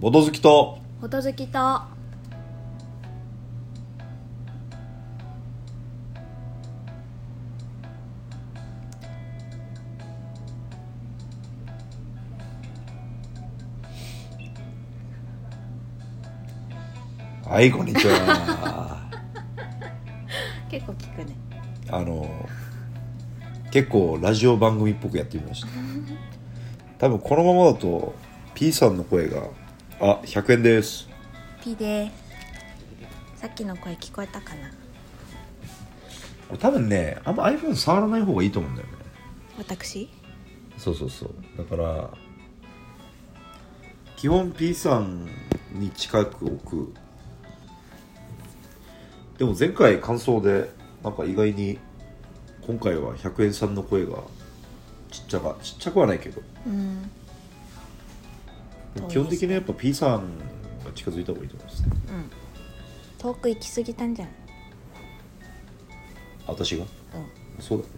ボド好きとフォト好きとはいこんにちは 結構聞くねあの結構ラジオ番組っぽくやってみました多分このままだと P さんの声があ100円ですピーでさっきの声聞こえたかなこれ多分ねあんま iPhone 触らない方がいいと思うんだよね私そうそうそうだから基本 P さんに近く置くでも前回感想でなんか意外に今回は100円さんの声がちっちゃかちっちゃくはないけどうんでも基本的にやっぱ P さんが近づいた方がいいと思いますね遠く行き過ぎたんじゃない私がうそうだね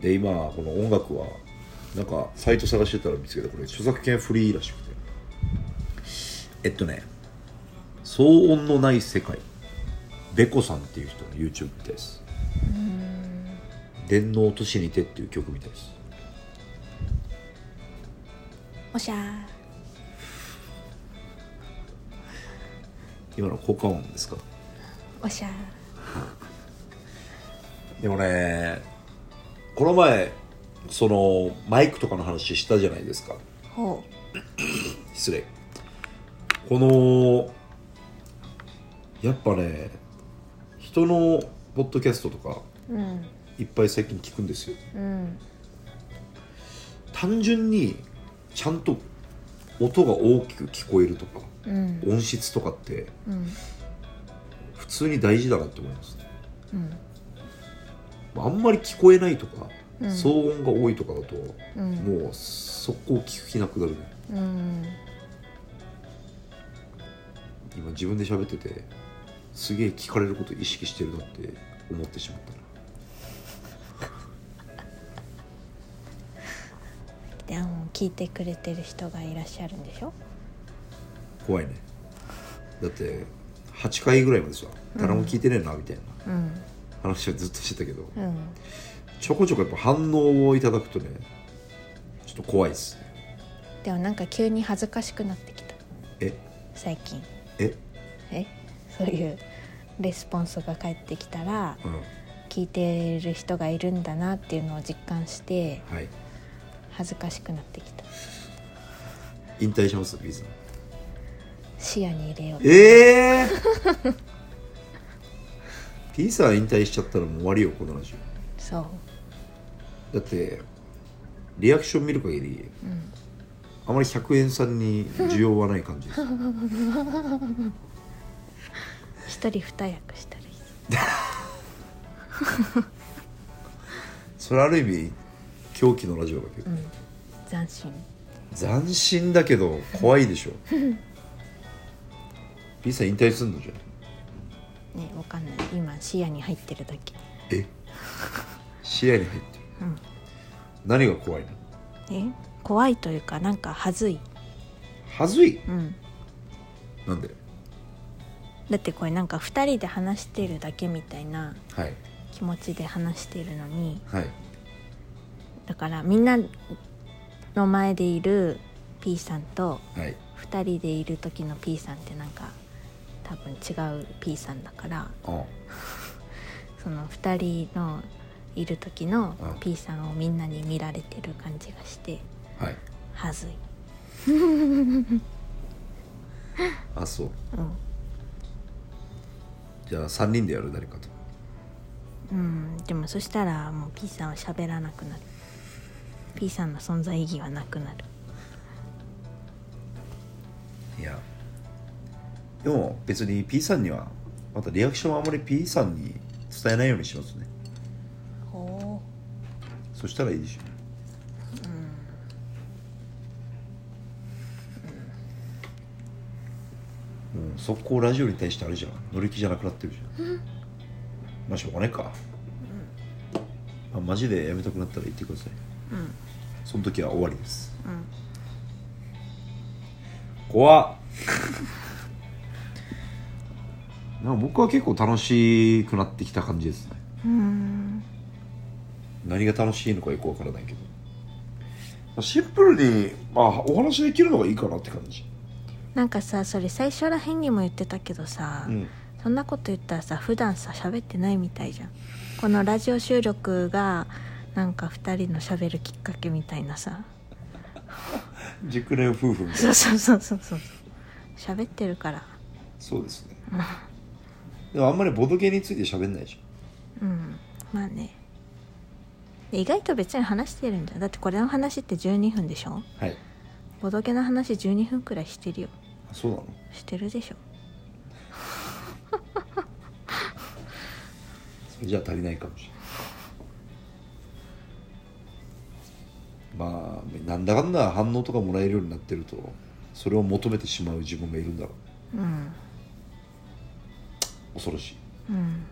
で今この音楽はなんかサイト探してたら見つけたこれ著作権フリーらしくてえっとね「騒音のない世界」ベコさんっていう人の YouTube みたいです「電脳都市にて」っていう曲みたいですおしゃー今の効果音ですかおしゃーでもねこの前そのマイクとかの話したじゃないですかほ失礼このやっぱね人のポッドキャストとかううんいっぱい最近聞くんですようん単純にちゃんと音が大きく聞こえるとかうん音質とかってうん普通に大事だなって思いますねうんあんまり聞こえないとか、うん騒音が多いとかだと、うんもう速攻聞く気なくなるねうん今自分で喋っててすげえ聞かれること意識してるなって思ってしまったなでも聞いてくれてる人がいらっしゃるんでしょ怖いねだって8回ぐらいまでさ誰も聞いてねえなみたいなうん話をずっとしてたけどうんちょこちょこやっぱ反応をいただくとねちょっと怖いっすねでもなんか急に恥ずかしくなってきたえ最近ええそういうレスポンスが返ってきたらうん聞いてる人がいるんだなっていうのを実感してはい恥ずかしくなってきた引退しますビーさん視野に入れようええ P さん引退しちゃったらもう終わりよこの話そうだってリアクション見る限り、あまり100円さんに需要はない感じです一人二役したらいいそれある意味狂気のラジオだけど、斬新斬新だけど怖いでしょ B さん引退すんのじゃんねわかんない今視野に入ってるだけえ視野に入ってる、何が怖いのえ怖いというかなんか恥ずいはずいうんなんでだってこれなんか二人で話してるだけみたいなはい気持ちで話してるのにはいだからみんなの前でいる P さんとはい2人でいる時の P さんってなんか多分違う P さんだからあその2人のいる時のうん P さんをみんなに見られてる感じがしてあはいはずいあそううんじゃあ3人でやる誰かとうんでもそしたらもう P さんは喋らなくなる P さんの存在意義はなくなるいやでも別に P さんにはまたリアクションはあまり P さんに伝えないようにしますねほそしたらいいでしょもう速攻ラジオに対してあれじゃん乗り気じゃなくなってるじゃんまあしょうがないか、まあ、マジでやめたくなったら言ってください、その時は終わりです、うん怖っ なんか僕は結構楽しくなってきた感じですねうん何が楽しいのかよくわからないけどシンプルに、まあ、お話できるのがいいかなって感じなんかさそれ最初らへんにも言ってたけどさ、うんそんなこと言ったらさ普段さ喋ってないみたいじゃんこのラジオ収録がなんか2人の喋るきっかけみたいなさ熟年夫婦みたいそなうそうそうそうそう喋ってるからそうですね でもあんまりボドゲについて喋んないじうんまあねで意外と別に話してるんじゃんだってこれの話って12分でしょゃんはいボドゲの話12分くらいしてるよあそうなのしてるでしょそれじゃ足りないかもしれないまあなんだかんだ反応とかもらえるようになってるとそれを求めてしまう自分がいるんだろううん恐ろしいうん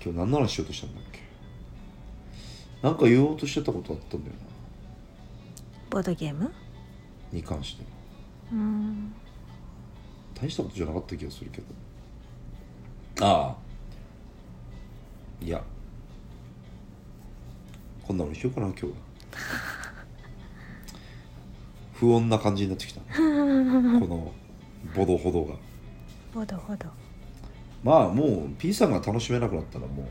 今日何の話しようとしたんだっけなんか言おうとしてたことあったんだよボードゲームなに関してうん大したことじゃなかった気がするけどああいやこんなのにしようかな今 日は不穏な感じになってきたこのボドほどがボードほどまあもう P さんが楽しめなくなったらも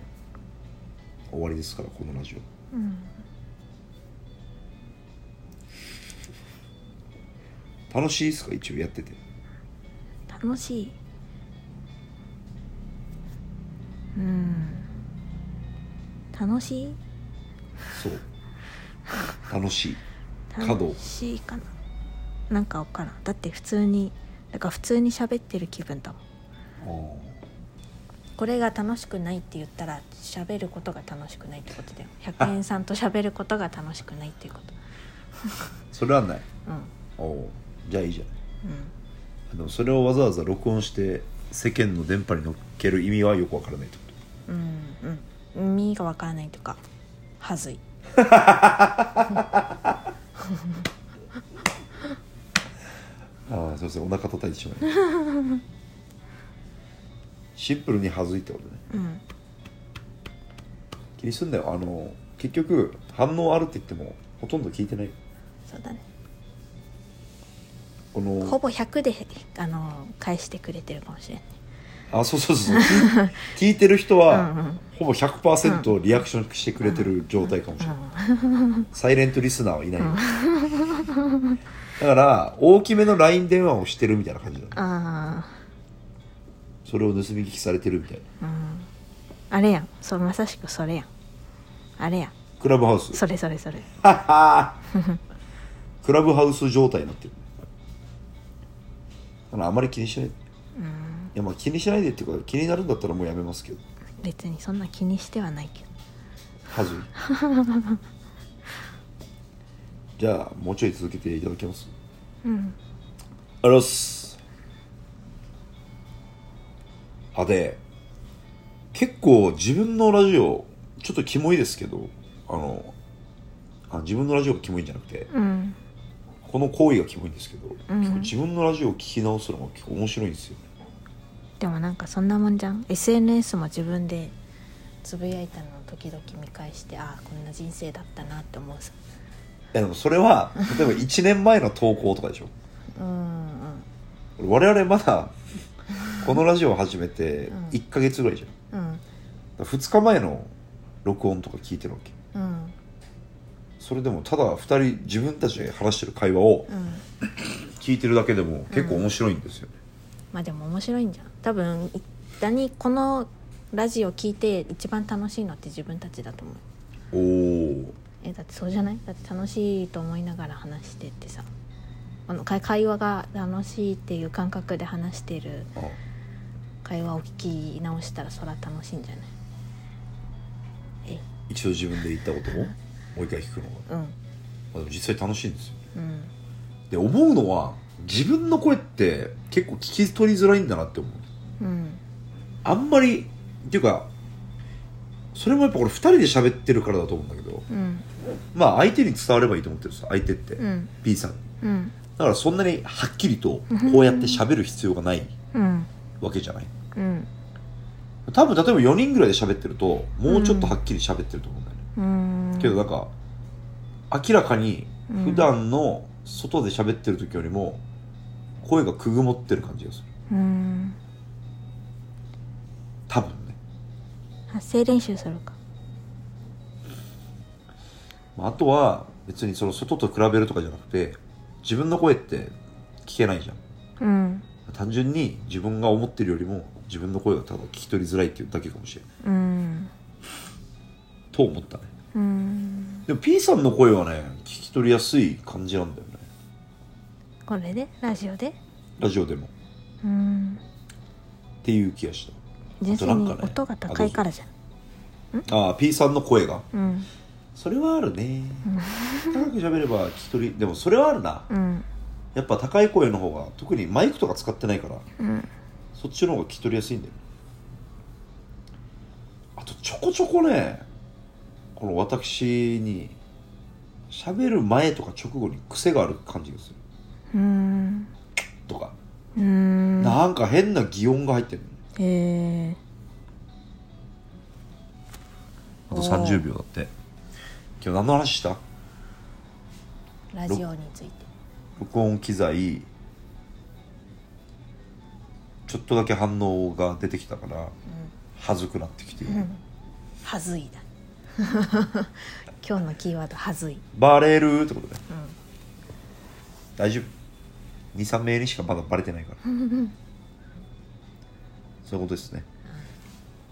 う終わりですからこのラジオうん楽しいですか一応やってて楽しいうん楽しい そう楽しい角楽しいかななんかわからんだって普通にだから普通に喋ってる気分だもんああこれが楽しくないって言ったら喋ることが楽しくないってことだよ100円さんと喋ることが楽しくないっていうこそれはないとうんおおじゃあいいじゃないうんでもそれをわざわざ録音して世間の電波に乗っける意味はよくわからないってこうんうん耳がわからないとかはずいとああすいませんお腹叩いてしまいました シンプルに恥ずいってことねうん気にすんだよあの結局反応あるって言ってもほとんど聞いてないよそうだねこほのぼ100であの返してくれてるかもしれないあそうそうそうそう聞い 聞いてる人はうんうんほぼ100%リアクションしてくれてる状態かもしれない、サイレントリスナーはいないよ、だから大きめの LINE 電話をしてるみたいな感じだねあそれを盗み聞きされてるみたいなあうんあれやんそうまさしくそれやんあれやんクラブハウスそれそれそれはっはークラブハウス状態になってるだからあまり気にしないいうんやまあ気にしないでっていうか気になるんだったらもうやめますけど別にそんな気にしてはないけどは ずいじゃあもうちょい続けていただけますうんありがとうございますあで結構自分のラジオちょっとキモいですけどあのあ自分のラジオがキモいんじゃなくてうんこの行為がキモいんですけど、ん結構自分のラジオを聞き直すのが結構面白いんですよねでもなんかそんなもんじゃん SNS も自分でつぶやいたのを時々見返してああこんな人生だったなって思うさいやでもそれ は例えば1年前の投稿とかでしょうんうん俺我々まだこのラジオを始めて1ヶ月ぐらいじゃんうんだから2日前の録音とか聞いてるわけうんそれでもただ2人自分たちで話してる会話をうん聞いてるだけでも結構面白いんですよね、まあでも面白いんじゃん多分いだにこのラジオ聞いて一番楽しいのって自分たちだと思うおおえだってそうじゃないだって楽しいと思いながら話してってさこの会会話が楽しいっていう感覚で話してるあ会話を聞き直したらそら楽しいんじゃない一度自分で言ったことをもう一回聞くのが、うんまあ、でも実際楽しいんですようんで思うのは自分の声って結構聞き取りづらいんだなって思ううんあんまりっていうかそれもやっぱこれ2人で喋ってるからだと思うんだけどうんまあ相手に伝わればいいと思ってるんですよ相手って、うん P さんにうんだからそんなにはっきりとこうやって喋る必要がないうんわけじゃないうん多分例えば4人ぐらいで喋ってるともうちょっとはっきり喋ってると思うんだよね、うんけどなんか明らかにうん普段の外で喋ってる時よりも声がくぐもってる感じがするうん多分ね、発声練習するかまあ、あとは別にその外と比べるとかじゃなくて自分の声って聞けないじゃんうん単純に自分が思ってるよりも自分の声がただ聞き取りづらいっていうだけかもしれないうんと思ったねうんでも P さんの声はね聞き取りやすい感じなんだよねこれでラジオでラジオでもうんっていう気がし純粋なんにかね音が高いからじゃんたああ P さんの声がうんそれはあるね高く喋れば聞き取りでもそれはあるなうんやっぱ高い声の方が特にマイクとか使ってないからうんそっちの方が聞き取りやすいんだよあとちょこちょこねこの私に喋る前とか直後に癖がある感じがするうんとか、うんなんか変な擬音が入ってるへえあと30秒だって今日何の話したラジオについて録音機材ちょっとだけ反応が出てきたから、はずくなってきてる、はずいだ 今日のキーワードはずいバレるってことね、大丈夫23名にしかまだバレてないからそういうことですね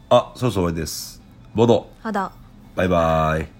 あそろそろ終わりですボードはだバイバイ